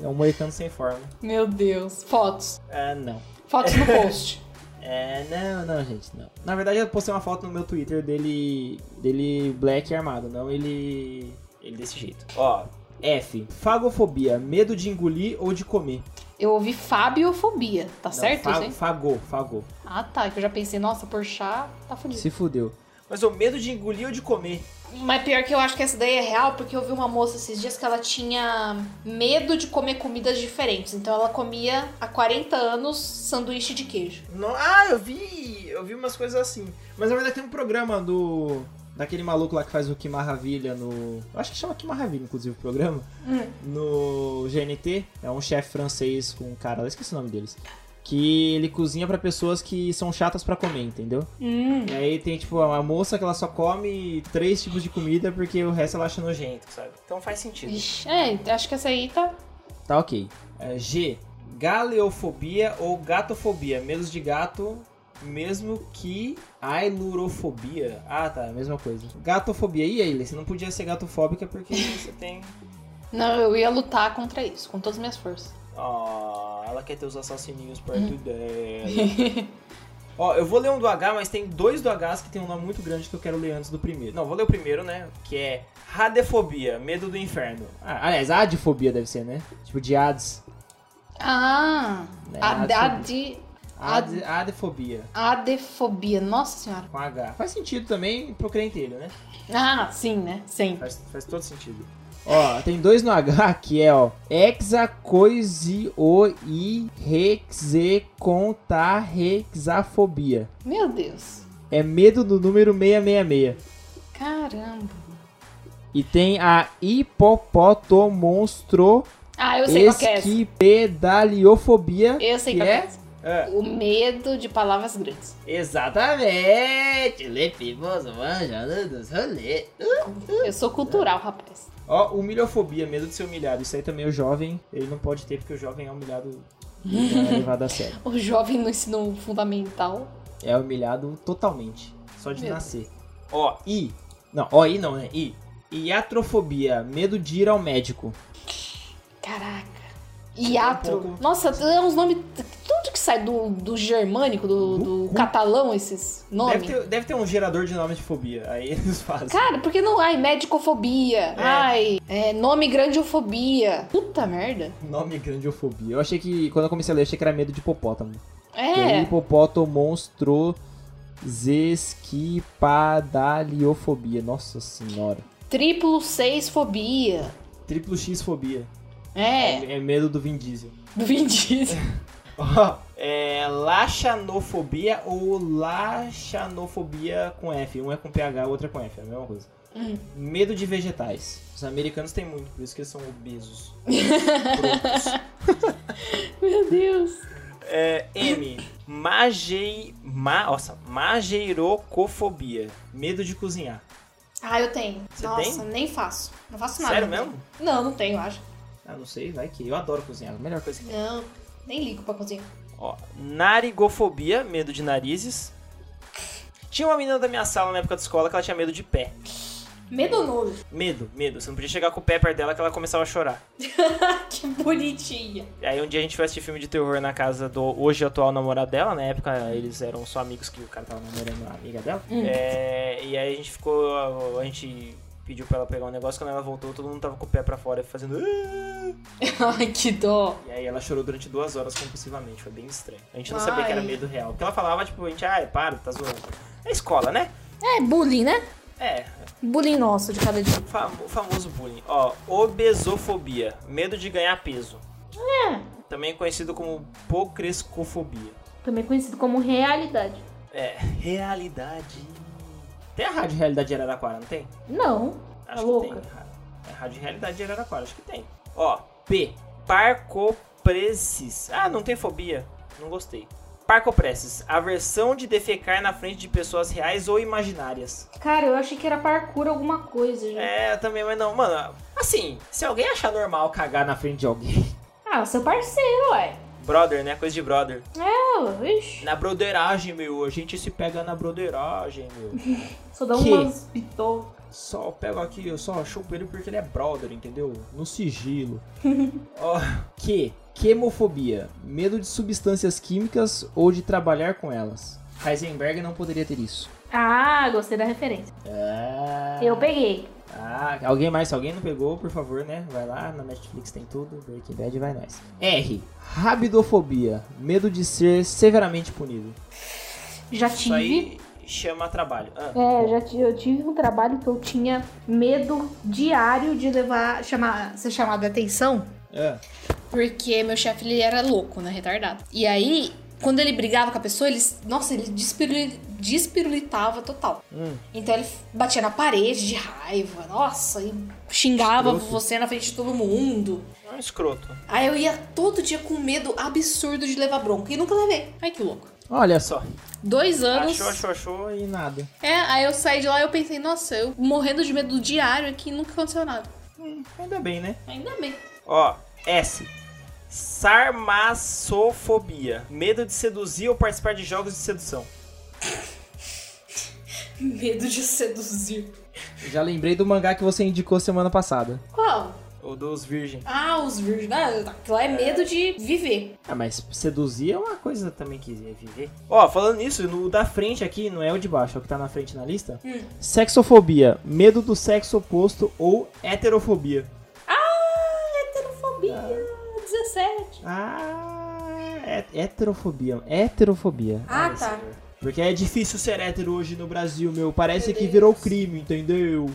é um moicano sem forma.
Meu Deus. Fotos.
Ah, não.
Fotos no post.
É, não, não, gente, não. Na verdade, eu postei uma foto no meu Twitter dele, dele black armado, não ele, ele desse jeito.
Ó,
F. Fagofobia, medo de engolir ou de comer.
Eu ouvi Fabiofobia, tá
Não,
certo
fa-
isso, hein?
Fagô, fagô.
Ah, tá. Que eu já pensei, nossa, Porchat tá fudido.
Se fudeu.
mas o medo de engolir ou de comer?
Mas pior que eu acho que essa daí é real, porque eu vi uma moça esses dias que ela tinha medo de comer comidas diferentes. Então ela comia há 40 anos sanduíche de queijo.
Não, ah, eu vi, eu vi umas coisas assim. Mas na verdade tem um programa do daquele maluco lá que faz o Que Maravilha no, eu acho que chama Que Maravilha inclusive o programa, no GNT, é um chefe francês com um cara, eu esqueci o nome deles. Que ele cozinha pra pessoas que são chatas pra comer, entendeu?
Hum.
E aí tem, tipo, uma moça que ela só come três tipos de comida porque o resto ela acha nojento, sabe? Então faz sentido.
Ixi, é, acho que essa aí tá.
Tá ok. É, G. Galeofobia ou gatofobia. Medo de gato, mesmo que ailurofobia. Ah,
é
tá, mesma coisa. Gatofobia. E aí, Lê? Você não podia ser gatofóbica porque você tem...
Não, eu ia lutar contra isso, com todas as minhas forças.
Ó, ela quer ter os assassininhos perto dela. Ó, eu vou ler um do H, mas tem dois do H que tem um nome muito grande que eu quero ler antes do primeiro. Não, vou ler o primeiro, né? Que é Radefobia, medo do inferno.
Ah, aliás, adfobia deve ser, né? Tipo, de ades.
Ah!
É,
ade-
Ade- Adefobia.
adefobia, nossa senhora.
Com H. Faz sentido também pro crentelho, né?
Ah, sim, né? Sim.
Faz, faz todo sentido. Ó, tem dois no H que é, ó. Hexacoisioirexecontarrexafobia.
Meu Deus.
É medo do número 666.
Caramba.
E tem a hipopotomonstro
Ah, eu sei qual que é essa.
esquipedaliofobia.
Eu sei
que
qual que é
é?
essa.
É.
O medo de palavras grandes.
Exatamente! Lepivoso, manjando né, dos rolês.
Eu sou cultural, rapaz.
Ó, humilhofobia, medo de ser humilhado. Isso aí também o jovem, ele não pode ter porque o jovem é humilhado. Não é levado a sério.
O jovem no ensino fundamental.
É humilhado totalmente. Só de
Meu
nascer.
Ó,
I. Não, ó, I não, né? I. Iatrofobia, medo de ir ao médico.
Caraca. Iatro.
Um pouco-
Nossa, é uns nomes. Tudo que sai do, do germânico, do, do catalão, esses
Deve
nomes.
ter, deve ter um gerador de nome de fobia. Aí eles fazem.
Cara, porque não. Ai, medicofobia. Ai, é, nome grandiofobia. Puta merda.
Nome grandiofobia. Eu achei que, quando eu comecei a ler, eu achei que era medo de hipopótamo. E aí,
É.
hipopótamo monstro zesquipadaliofobia. Nossa senhora.
Triplo seis fobia.
Triplo X fobia.
É.
É medo do Vin Diesel.
Do Vin Diesel.
Ó, é laxanofobia ou laxanofobia com F. Um é com PH, o outro é com F, é a mesma coisa.
Hum.
Medo de vegetais. Os americanos têm muito, por isso que eles são obesos. Prontos.
Meu Deus.
é, M. Magei. Ma, nossa, mageirocofobia.
Medo de cozinhar.
Ah, eu tenho.
Você
Nossa,
tem?
nem faço. Não faço nada.
Sério mesmo?
Não, não tenho, eu acho.
Ah, não sei, vai que eu adoro cozinhar. é Melhor coisa que
Não, nem ligo pra cozinhar.
Ó, narigofobia, medo de narizes. Tinha uma menina da minha sala na época de escola que ela tinha medo de pé.
Medo ou nojo?
Medo, medo. Você não podia chegar com o pé perto dela que ela começava a chorar.
que bonitinha.
E Aí um dia a gente foi assistir filme de terror na casa do hoje atual namorado dela, na época eles eram só amigos que o cara tava namorando a amiga dela. É, e aí a gente ficou. A gente pediu pra ela pegar um negócio, quando ela voltou, todo mundo tava com o pé pra fora fazendo. "Ah!"
Ai, que dó.
E aí ela chorou durante duas horas compulsivamente, foi bem estranho. A gente não
Ai.
sabia que era medo real. Porque ela falava, tipo, a gente, ai, para, tá zoando. É escola, né?
É bullying, né?
É,
Bullying nosso de cada dia.
famo- famoso bullying. Ó, obesofobia, medo de ganhar peso.
É,
Também conhecido como pocrescofobia.
também conhecido como realidade.
É, realidade. Tem a rádio realidade de Araraquara, não tem?
Não. Tá
Acho
louca?
que tem. ra- É rádio realidade de Araraquara, acho que tem. Ó, P. Parcopresis. Ah, não tem fobia. Não gostei. Parcopresis. Aversão de defecar na frente de pessoas reais ou imaginárias.
Cara, eu achei que era parkour alguma coisa, gente.
É, eu também, mas não. Mano, assim, se alguém achar normal cagar na frente de alguém.
Ah, seu parceiro, ué. É,
Brother, né? Coisa de brother.
Eu, ixi.
Na broderagem, meu. A gente se pega na broderagem, meu.
Só dá
Que?
umas pitou.
Só eu pego aqui, eu só chupo ele porque ele é brother, entendeu? No sigilo. Ó.
Q. Quemofobia. Medo de substâncias químicas ou de trabalhar com elas. Heisenberg não poderia ter isso.
Ah, gostei da referência.
Ah,
Eu peguei.
ah, alguém mais? Se alguém não pegou, por favor, né? Vai lá, na Netflix tem tudo, Breaking Bad vai nós. R. Rabidofobia. Medo de ser severamente punido.
Já
Isso
tive.
aí chama trabalho. Ah,
É, já ti- eu tive um trabalho que eu tinha medo diário de levar, chamar, ser chamada atenção.
Ah,
Porque meu chefe, ele era louco, né? Retardado. E aí, quando ele brigava com a pessoa, ele... Nossa, ele despiruli- despirulitava total.
Hum.
Então ele batia na parede de raiva. Nossa, e xingava você na frente de todo mundo.
é um escroto.
Aí eu ia todo dia com medo absurdo de levar bronca. E nunca levei. Ai, que louco.
Olha só.
Só.
Dois anos...
Achou, achou, achou e
E nada.
É, aí eu saí de lá e eu pensei, nossa, eu morrendo de medo do diário aqui e nunca aconteceu nada.
Hum, ainda bem, né?
Ainda bem.
Ó, S. Sarmassofobia. Medo de seduzir ou participar de jogos de sedução.
Medo de seduzir.
Já lembrei do mangá que você indicou semana passada.
Qual?
Ou dos virgens.
Ah, os virgens. Ah, aquilo é medo de viver.
Ah, mas seduzir é uma coisa também que é
Quiser viver.
Ó, falando nisso, o da frente aqui não é o de baixo, é o que tá na frente na lista.
Hum.
Sexofobia, medo do sexo oposto ou heterofobia.
Ah, heterofobia. É. 17.
Ah, he- heterofobia, heterofobia.
Ah,
Ai,
tá.
senhor. Porque é difícil ser hétero hoje no Brasil, meu. Parece
Meu
que
Deus.
virou crime, entendeu?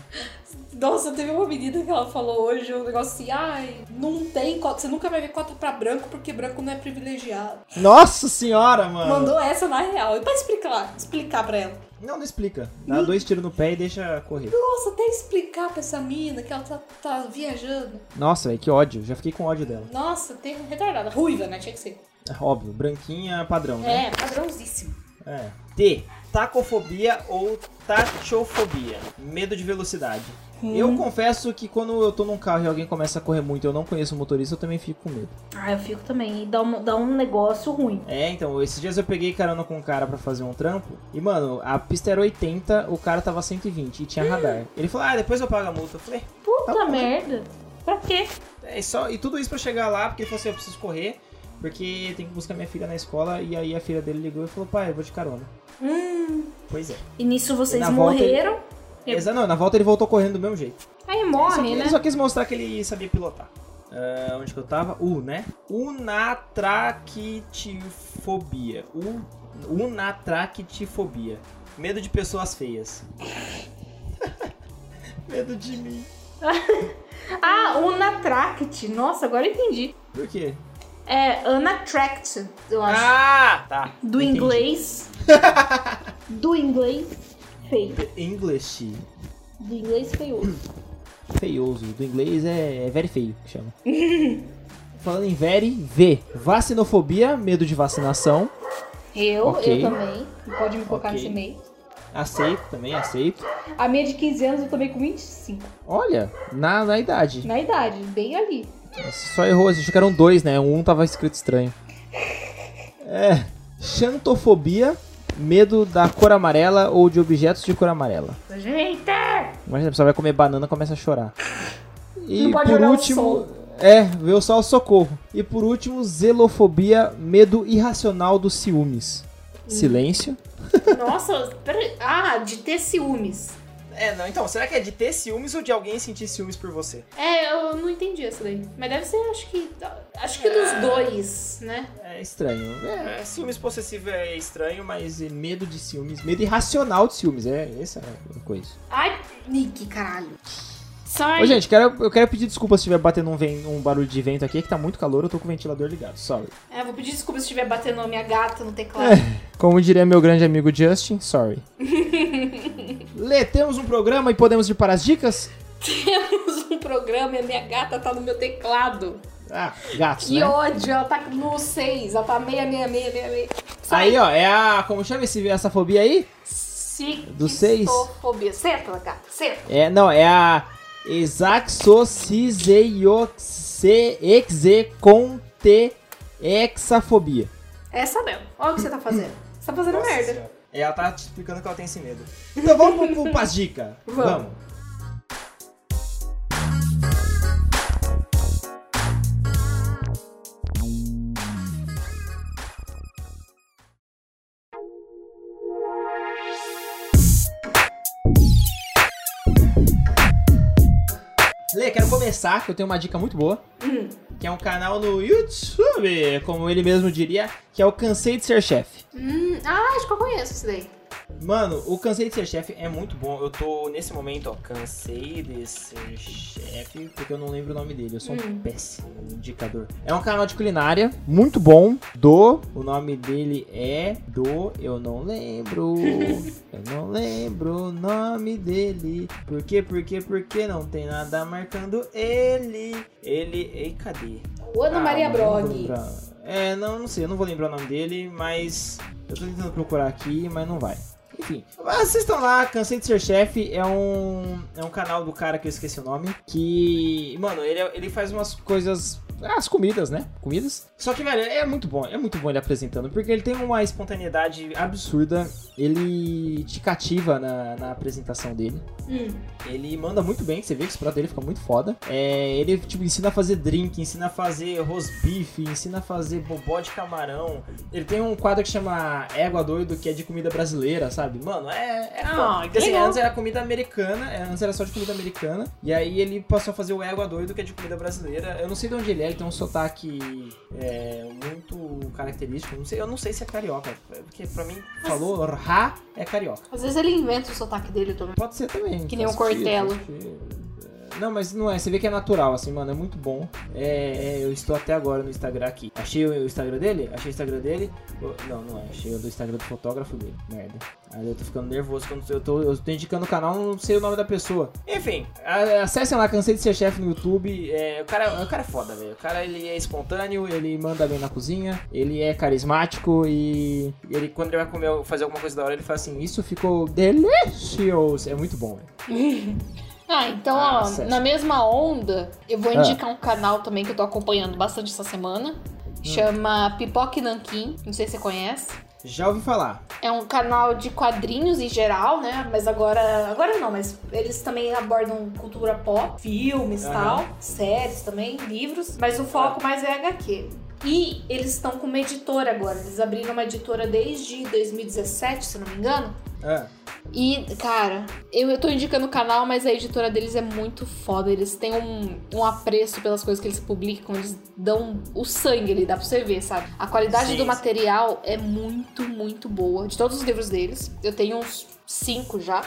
Nossa, teve uma menina que ela falou hoje um negócio assim, ai, não tem cota, você nunca vai ver cota pra branco porque branco não é privilegiado.
Nossa senhora, mano.
Mandou essa na real. E pra explicar, explicar pra ela.
Não, não explica. Dá dois tiros no pé e deixa correr.
Nossa, até explicar pra essa mina que ela tá, tá viajando.
Nossa, velho, que ódio. Já fiquei com ódio dela. É,
Nossa, tem retardada. Ruiva, né? Tinha que ser.
Óbvio, branquinha padrão, né?
É, padrãozíssimo.
É.
T. Tacofobia ou tachofobia. Medo de velocidade.
Eu
Hum.
confesso que quando eu tô num carro e alguém começa a correr muito e eu não conheço o motorista, eu também fico com medo.
Ah, eu fico também. E dá um, dá um negócio ruim.
É, então, esses dias eu peguei carona com um cara pra fazer um trampo. E, mano, a pista era 80, o cara tava 120 e tinha
Hum.
radar.
Ele falou, ah, depois eu pago a multa. Eu falei,
Puta
Tá bom.
merda. Pra quê?
É, e só, e tudo isso pra chegar lá, porque ele falou assim, eu preciso correr, porque tem que buscar minha filha na escola. E aí a filha dele ligou e falou, pai, eu vou de carona.
Hum.
Pois é.
E nisso vocês
Na volta ele-
morreram. Eu-
Exa, não, na volta ele voltou correndo do mesmo jeito.
Aí
só,
morre,
que-
né?
ele só quis mostrar que ele sabia pilotar. Ah, onde que eu tava? U, né?
unatraquitifobia. U... Unatraquitifobia. Medo de pessoas feias. Medo de mim.
Ah, Unatract. Nossa, agora eu entendi.
Por quê?
É Unatract, eu acho.
Ah! Tá.
do
entendi.
inglês. do inglês feio.
English.
Do inglês feio.
feioso. Do inglês é, é very feio que chama. Falando em very, V. Vacinofobia, medo de vacinação.
Eu,
Ok.
eu também. Pode me colocar
Ok.
nesse meio.
Aceito, também aceito.
A minha de 15 anos eu tomei com 25.
Olha, na, na idade.
Na idade, bem ali.
Só errou, acho que eram dois, né? Um tava escrito estranho. É. Xantofobia, medo da cor amarela ou de objetos de cor amarela.
Gente!
Imagina, a pessoa vai comer banana e começa a chorar. E
Não pode
por
olhar o
último.
sol.
É, vê o sol, socorro. E por último, zelofobia, medo irracional dos
Hum.
ciúmes. Silêncio.
Nossa, peraí. Ah, de ter ciúmes.
É, não, então, será que é de ter ciúmes ou de alguém sentir ciúmes por você?
É, eu não entendi essa daí. Mas deve ser, acho que. Acho que dos dois, né?
É estranho. É,
ciúmes possessivo é estranho, mas
medo de ciúmes, medo irracional de ciúmes, é essa é a coisa.
Ai, Nick, caralho.
Ô,
Sorry.
gente, quero, eu quero pedir desculpa se estiver batendo um, ven- um barulho de vento aqui, que tá muito calor, eu tô com o ventilador ligado, sorry. É,
É, vou pedir desculpa se estiver batendo a minha gata no teclado.
Como diria meu grande amigo Justin, sorry. Lê, temos um programa e podemos ir para as dicas?
Temos um programa e a minha gata tá no meu teclado.
Ah, gatos,
Que
né?
ódio, ela tá no 6, ela tá meia, meia, meia, meia, meia. Sai.
Aí, ó, é a... como chama esse, essa fobia aí? Do seis?
Psicofobia. Senta, gata, senta.
É, não, é a exaxociseioxexecontexafobia.
É Essa mesmo. Olha o que você tá fazendo. Você tá fazendo
Nossa
merda.
Senhora. Ela tá te explicando que ela tem esse medo.
Então vamos pro, pro pras dicas.
Vamos.
Lê, quero começar, que eu tenho uma dica muito boa.
Uhum.
Que é um canal no YouTube, como ele mesmo diria, que é o Cansei de Ser Chefe.
Hum, ah, acho que eu conheço isso daí.
Mano, o Cansei de Ser Chefe é muito bom. Eu tô, nesse momento, ó, cansei de ser chefe,
Porque eu não lembro o nome dele, eu sou um
Hum.
péssimo indicador. É um canal de culinária, muito bom, do... O nome dele é do... Eu não lembro, eu não lembro o nome dele. Por quê, por quê, por quê? Não tem nada marcando ele. Ele... Ei, cadê?
O Ana
Ah,
Maria
não
Vou
Brog.
lembrar. É, não, não sei, eu não vou lembrar o nome dele, mas eu tô tentando procurar aqui, mas não vai. Enfim, assistam lá, Cansei de Ser Chefe, é um, é um canal do cara que eu esqueci o nome, que, mano, ele, é- ele faz umas coisas, as comidas, né, comidas. Só que, velho, é muito bom, é muito bom ele apresentando, porque ele tem uma espontaneidade absurda, ele te cativa na, na apresentação dele.
Hum.
Ele manda muito bem, você vê que esse prato dele fica muito foda. É, ele tipo, ensina a fazer drink, ensina a fazer roast beef, ensina a fazer bobó de camarão. Ele tem um quadro que chama Égua Doido, que é de comida brasileira, sabe? Mano, é. é
Ah,
foda.
que
Porque, assim,
legal.
antes era comida americana, é, antes era só de comida americana. E aí ele passou a fazer o Égua Doido, que é de comida brasileira. Eu não sei de onde ele é, ele tem um sotaque é, muito característico. Eu não sei, eu não sei se é carioca, porque pra mim falou ra é carioca.
Às vezes ele inventa o sotaque dele também.
Pode ser também.
Que nem
faz
o Cortella.
sentido, faz sentido. É, Não, mas não é. Você vê que é natural, assim, mano. É muito bom. É, é, eu estou até agora no Instagram aqui. Achei o o Instagram dele? Achei o Instagram dele? Eu- Não, não é. Achei o do Instagram do fotógrafo dele. Merda. Aí eu tô ficando nervoso quando eu tô, eu tô indicando o canal, não sei o nome da pessoa. Enfim, a- acessem lá, cansei de ser chefe no YouTube. É, o, cara, o cara é foda, velho. O cara ele é espontâneo, ele manda bem na cozinha, ele é carismático e ele quando ele vai comer, fazer alguma coisa da hora, ele fala assim: Isso ficou delicioso. É muito bom, velho.
Ah, então,
Ah,
ó,
certo.
na mesma onda, eu vou
Ah.
indicar um canal também que eu tô acompanhando bastante essa semana.
Hum.
Chama Pipoque Nanquim, não sei se você conhece.
Já ouvi falar.
É um canal de quadrinhos em geral, né? Mas agora. Agora não, mas eles também abordam cultura pop, filmes e
Aham. Ah.
tal, séries também, livros. Mas o foco mais é HQ. E eles estão com uma editora agora. Eles abriram uma editora desde 2017, se não me engano.
Ah,
E, cara, eu, eu tô indicando o canal, mas a editora deles é muito foda. Eles têm um, um apreço pelas coisas que eles publicam, eles dão o sangue ali, dá pra você ver, sabe? A qualidade
Sim,
do
sim.
material é muito, muito boa. De todos os livros deles, eu tenho uns cinco já.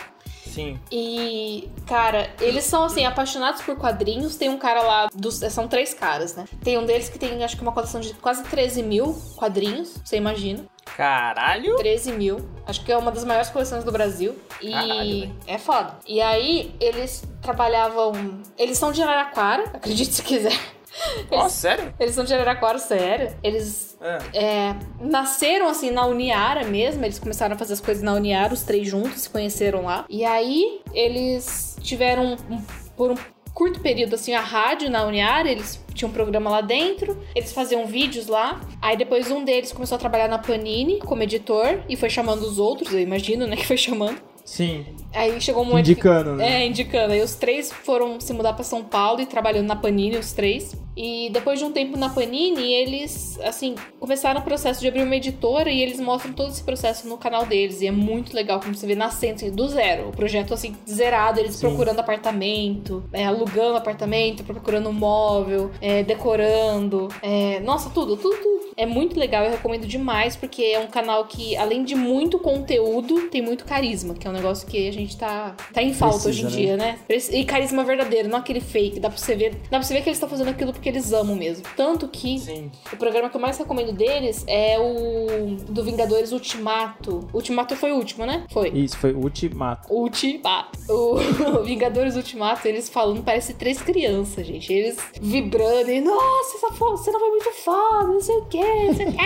Sim.
E, cara, eles são assim, apaixonados por quadrinhos. Tem um cara lá, dos, são três caras, né? Tem um deles que tem, acho que uma coleção de quase 13 mil quadrinhos, você imagina.
Caralho!
13 mil. Acho que é uma das maiores coleções do Brasil. E
Caralho, velho.
é foda. E aí, eles trabalhavam. Eles são de Araraquara, acredite se quiser.
Ó, sério?
Eles são de Araraquara, sério. Eles
Ah,
é, nasceram assim na Uniara mesmo. Eles começaram a fazer as coisas na Uniara, os três juntos, se conheceram lá. E aí, eles tiveram um- por um curto período assim a rádio na Uniara, eles tinham um programa lá dentro, eles faziam vídeos lá. Aí
É.
depois um deles começou a trabalhar na Panini como editor e foi chamando os outros, eu imagino, né, que foi chamando.
Sim.
Aí chegou um momento. que-
Indicando, né?
É, indicando. Aí os três foram se mudar pra São Paulo e trabalhando na Panini, os três. E depois de um tempo na Panini, eles, assim, começaram o processo de abrir uma editora e eles mostram todo esse processo no canal deles. E é muito legal como você vê nascendo, assim, do zero. O projeto, assim, zerado, eles
Sim.
procurando apartamento, é, alugando apartamento, procurando um móvel, é, decorando. é, nossa, tudo, tudo, tudo. É muito legal, eu recomendo demais, porque é um canal que, além de muito conteúdo, tem muito carisma, que é um negócio que a gente tá, tá em falta
Precisa,
hoje em dia, né? Prec- E carisma verdadeiro, não aquele fake. Dá pra você ver, dá pra você ver que eles estão fazendo aquilo porque eles amam mesmo. Tanto que
Sim.
o programa que eu mais recomendo deles é o do Vingadores Ultimato. Ultimato foi o último, né? Foi.
Isso, foi o ultimato.
Ultimato. O Vingadores Ultimato, eles falando, parece três crianças, gente. Eles vibrando e, nossa, essa fo- cena foi muito foda, não sei o quê, não sei o quê.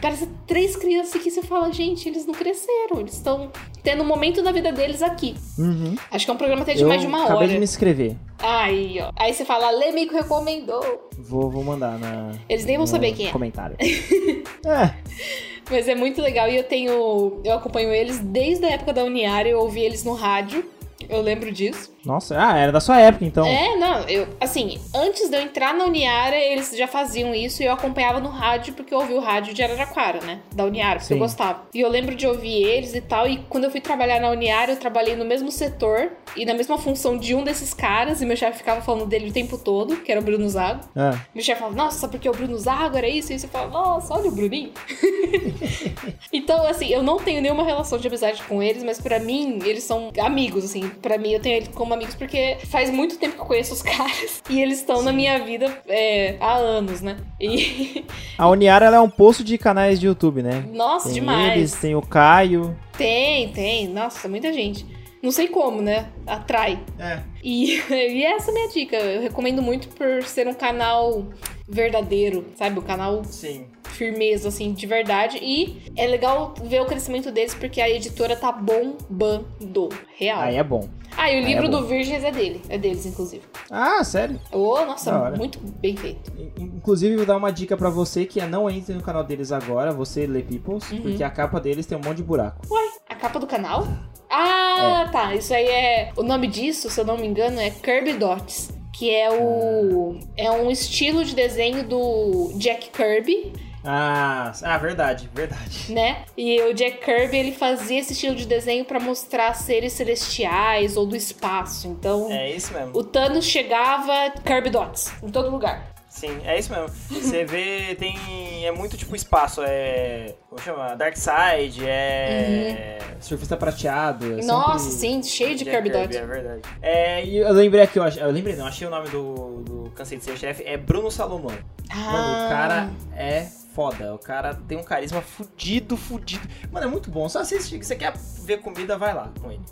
Parece três crianças que você fala, gente, eles não cresceram, eles estão tendo um momento da vida deles aqui.
Uhum.
Acho que é um programa até de
Eu
mais de uma
acabei
hora.
de me inscrever.
Aí, ó. Aí você fala, Lemico recomendou.
Vou, vou mandar na.
Eles nem vão
no
saber quem é.
Comentário. é,
Mas é muito legal e eu tenho. Eu acompanho eles desde a época da Uniária, eu ouvi eles no rádio. Eu lembro disso.
nossa, ah, era da sua época então.
É, não, eu. Assim, antes de eu entrar na Uniara, eles já faziam isso e eu acompanhava no rádio, porque eu ouvi o rádio de Araraquara, né? Da Uniara, porque eu
Sim.
gostava. E eu lembro de ouvir eles e tal. E quando eu fui trabalhar na Uniara, eu trabalhei no mesmo setor e na mesma função de um desses caras. E meu chefe ficava falando dele o tempo todo, que era o Bruno Zago.
Ah,
Meu chefe fala, nossa, porque o Bruno Zago era isso, e isso. Eu falo, nossa, olha o Bruninho. então, assim, eu não tenho nenhuma relação de amizade com eles, mas pra mim, eles são amigos, assim. Pra mim, eu tenho eles como amigos, porque faz muito tempo que eu conheço os caras. E eles estão na minha vida é, há anos, né? E,
A Uniara ela é um poço de canais de YouTube, né?
nossa,
Tem
demais.
eles, tem o Caio.
Tem, tem. Nossa, muita gente. Não sei como, né? Atrai.
É.
E, e essa é a minha dica. Eu recomendo muito por ser um canal verdadeiro, sabe? O canal
Sim.
firmeza, assim, de verdade. E é legal ver o crescimento deles, porque a editora tá bombando. Real.
Aí é bom.
Ah, e o
é
livro
bom.
do Virgens é dele. É deles, inclusive.
Ah, sério?
Oh,
Da
nossa,
hora.
muito bem feito.
In- Inclusive, vou dar uma dica pra você que é não entre no canal deles agora, você lê Peoples,
Uhum.
porque a capa deles tem um monte de buraco.
A capa do
É.
canal? Ah, tá. Isso aí é. O nome disso, se eu não me engano, é Kirby Dots. Que é o. É um estilo de desenho do Jack Kirby,
Ah, ah verdade, verdade.
né? E o Jack Kirby, ele fazia esse estilo de desenho pra mostrar seres celestiais ou do espaço. Então.
É isso mesmo.
O Thanos chegava Kirby Dots em todo lugar.
Sim, é isso mesmo. Você vê, tem. É muito tipo espaço, é. Como chama? Dark Side, é.
Uhum. Surfista prateado. é
Nossa,
sempre-
sim, cheio de
Jack
Kirby, Dots.
É verdade. É, e
E eu lembrei aqui, eu, ach- eu lembrei
lembrei, não, achei o nome do, do Cansei de Ser Chefe, é Bruno Salomão.
Ah,
é. Mano, o cara é foda. O cara tem um carisma fudido, fudido. Mano, é muito bom. Só assiste. Você quer ver comida, vai lá com ele.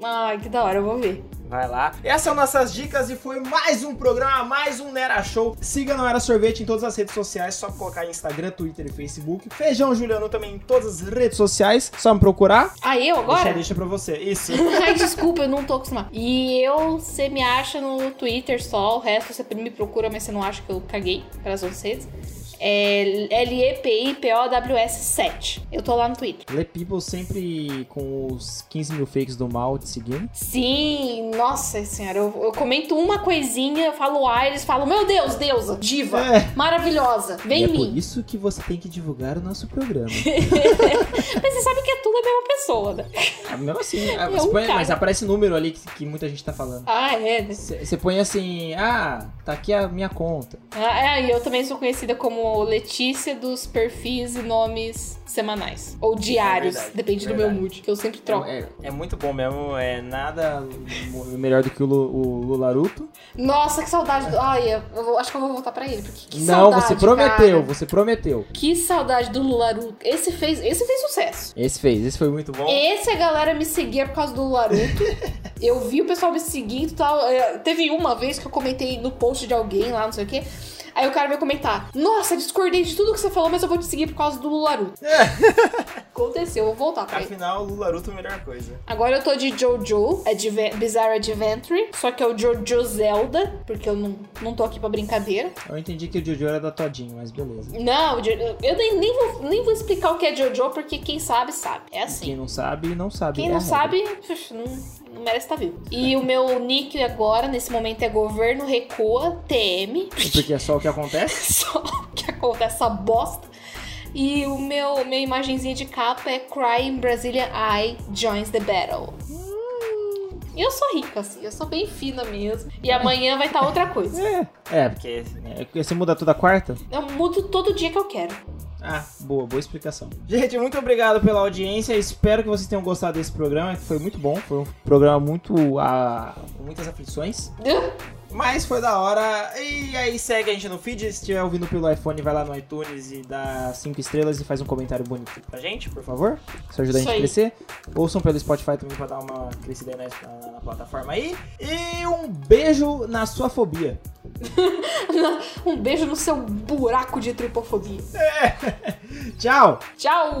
Ah, Ai, que da hora, eu vou ver.
Vai lá. Essas são nossas dicas e foi mais um programa, mais um Nera Show. Siga Não Era Sorvete em todas as redes sociais, só colocar Instagram, Twitter e Facebook. Feijão Juliano também em todas as redes sociais, só me procurar.
Ah, eu
Deixa,
agora?
deixa pra você. Isso.
Ai, desculpa, eu não tô acostumada. E eu, você me acha no Twitter só, o resto você me procura, mas você não acha que eu caguei para vocês. É L-E-P-I-P-O-W-S-7. Eu tô lá no Twitter.
Le People sempre com os 15 mil fakes do mal te seguindo.
Sim, nossa senhora, eu, eu comento uma coisinha, eu falo ai, eles falam, meu Deus, deusa, diva,
É.
maravilhosa, vem
e é
em mim.
por isso que você tem que divulgar o nosso programa.
Mas você sabe que é tudo a mesma pessoa, né?
Ah, Mesmo assim, ah,
É
você
um
põe-
cara.
mas aparece número ali que, que muita gente tá falando.
Ah, é.
Você põe assim, ah, tá aqui a minha conta.
Ah, é, e eu também sou conhecida como Letícia dos perfis e nomes semanais. Ou diários,
É verdade,
depende do
verdade.
meu mood, que eu sempre troco.
É,
É muito bom mesmo, é nada.
nada mo- melhor do que o, Lu- o Lularuto.
Nossa, que saudade do. Ai, eu vou- acho que eu vou voltar pra ele, porque que
Não,
saudade.
você prometeu,
cara.
você prometeu.
Que saudade do Lularuto. Esse fez, esse fez sucesso.
Esse fez, esse foi muito bom.
Esse a galera me seguia por causa do Lularuto. eu vi o pessoal me seguindo e tal. É, Teve uma vez que eu comentei no post de alguém lá, não sei o quê. Aí o cara veio comentar: Nossa, discordei de tudo que você falou, mas eu vou te seguir por causa do Lularuto. Aconteceu, vou voltar pra ele.
Afinal, Lula Luto é a melhor coisa.
Agora eu tô de Jojo, Adve- Bizarre Adventure, só que é o Jojo Zelda, porque eu não, não tô aqui pra brincadeira.
Eu entendi que o Jojo era da Todinho, mas beleza.
Não, Jo- eu nem, nem, vou, nem vou explicar o que é Jojo, porque quem sabe, sabe. É assim.
Quem não sabe, não sabe.
Quem
é a
não
regra.
sabe, puf, não, não merece estar vivo. E o meu nick agora, nesse momento, é Governo Recua TM.
Porque é só o que acontece.
Só o que acontece essa bosta. E o meu minha imagenzinha de capa é Crying Brazilian Eye Joins the Battle. E eu sou rica, assim, eu sou bem fina mesmo. E amanhã vai estar outra coisa.
É. É, porque
Porque
é, porque você muda toda quarta?
Eu mudo todo dia que eu quero.
Ah, boa, boa explicação. Gente, muito obrigado pela audiência. Espero que vocês tenham gostado desse programa, que foi muito bom. Foi um programa muito. ah, com muitas aflições. Mas foi da hora. E aí segue a gente no feed. Se estiver ouvindo pelo iPhone, vai lá no iTunes e dá cinco estrelas e faz um comentário bonito pra gente, por favor. Isso ajuda a
Isso
gente a
aí.
crescer. Ouçam pelo Spotify também pra dar uma crescida aí na, na- na plataforma aí. E um beijo na sua fobia.
Um beijo no seu buraco de tripofobia.
Tchau!
Tchau!